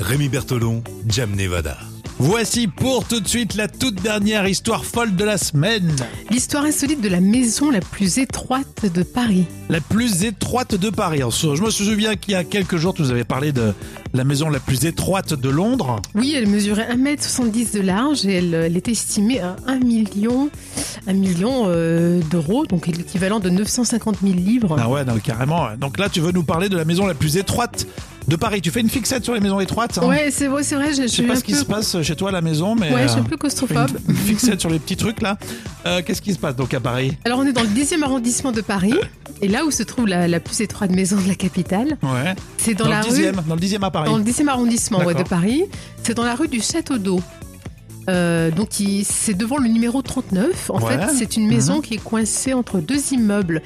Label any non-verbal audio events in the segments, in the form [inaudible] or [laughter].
Rémi Bertolon, Jam Nevada. Voici pour tout de suite la toute dernière histoire folle de la semaine. L'histoire insolite de la maison la plus étroite de Paris. La plus étroite de Paris. Alors, Je me souviens qu'il y a quelques jours, tu nous avais parlé de la maison la plus étroite de Londres. Oui, elle mesurait 1m70 de large et elle, elle était estimée à 1 million, 1 million euh, d'euros, donc l'équivalent de 950 000 livres. Ah ouais, non, carrément. Donc là, tu veux nous parler de la maison la plus étroite de Paris. Tu fais une fixette sur les maisons étroites. hein Ouais, c'est vrai, c'est vrai, je, je Je suis sais pas un ce qui peu- se passe chez toi à la maison, mais Ouais, je suis euh, un peu tu fais une claustrophobe. fixette sur les petits trucs là. Euh, Qu'est-ce qui se passe donc à Paris Alors on est dans le 10e arrondissement de Paris, et là où se trouve la, la plus étroite maison de la capitale, Ouais. c'est dans, Dans, la le rue... dixième, dans le dixième à Paris. Dans le 10e arrondissement ouais, de D'accord. Paris. C'est dans la rue du Château d'Eau. Euh, donc il- c'est devant le numéro 39. En Ouais. Mhm. fait, c'est une maison qui est coincée entre deux immeubles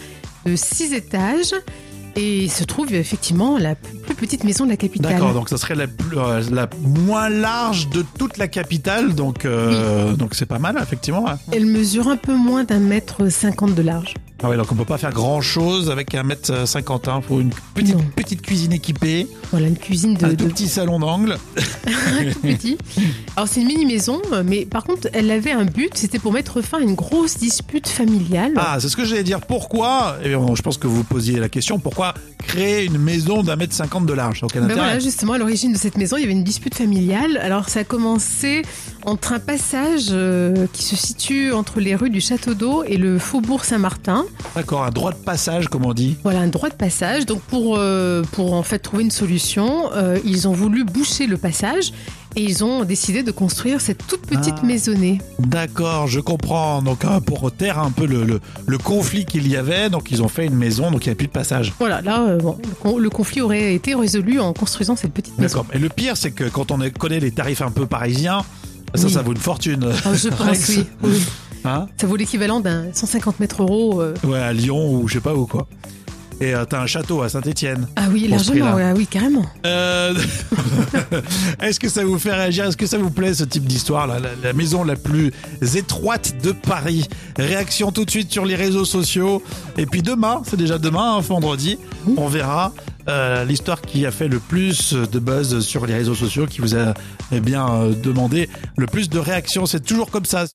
de six étages. Et il se trouve effectivement la p- plus petite maison de la capitale. D'accord, donc ça serait la, plus- euh, la moins large de toute la capitale, donc euh, donc c'est pas mal effectivement. hein. ouais. Elle mesure un peu moins d'un mètre cinquante de large. Ah ouais, donc on peut pas faire grand chose avec un mètre cinquante, hein, faut une petite Non. petite cuisine équipée, Voilà une cuisine de, un Ah, tout de- petit salon d'angle. [laughs] tout petit. Alors c'est une mini maison, mais par contre elle avait un but, c'était pour mettre fin à une grosse dispute familiale. Ah, c'est ce que j'allais dire. Pourquoi Et je pense que vous posiez la question. Pourquoi créer une maison d'un mètre cinquante de large Aucun Ben intérêt. voilà, justement, à l'origine de cette maison, il y avait une dispute familiale. Alors, ça a commencé entre un passage euh, qui se situe entre les rues du Château d'Eau et le Faubourg Saint-Martin. D'accord, un droit de passage, comme on dit. Voilà, un droit de passage. Donc, pour, euh, pour en fait trouver une solution, euh, ils ont voulu boucher le passage et ils ont décidé de construire cette toute petite Ah. maisonnée. D'accord, je comprends. Donc euh, pour taire un peu le, le- le conflit qu'il y avait, donc ils ont fait une maison, donc il n'y a plus de passage. Voilà, là, euh, bon, le, con- le conflit aurait été résolu en construisant cette petite maison. D'accord. Et le pire, c'est que quand on connaît les tarifs un peu parisiens, ça, Oui. ça vaut une fortune. [laughs] Ah, je pense, oui. Oui. Hein Ça vaut l'équivalent d'un 150 mètres euros. euh. ouais, à Lyon ou je sais pas où quoi. Et euh, t'as un château à Saint-Etienne. Ah oui, Pour ce largement, prix-là. ouais, oui, carrément. [laughs] Est-ce que ça vous fait réagir Est-ce que ça vous plaît ce type d'histoire là la, la maison la plus étroite de Paris. Réaction tout de suite sur les réseaux sociaux. Et puis demain, c'est déjà demain, hein, vendredi, on verra euh, l'histoire qui a fait le plus de buzz sur les réseaux sociaux, qui vous a eh bien euh, demandé le plus de réactions. C'est toujours comme ça.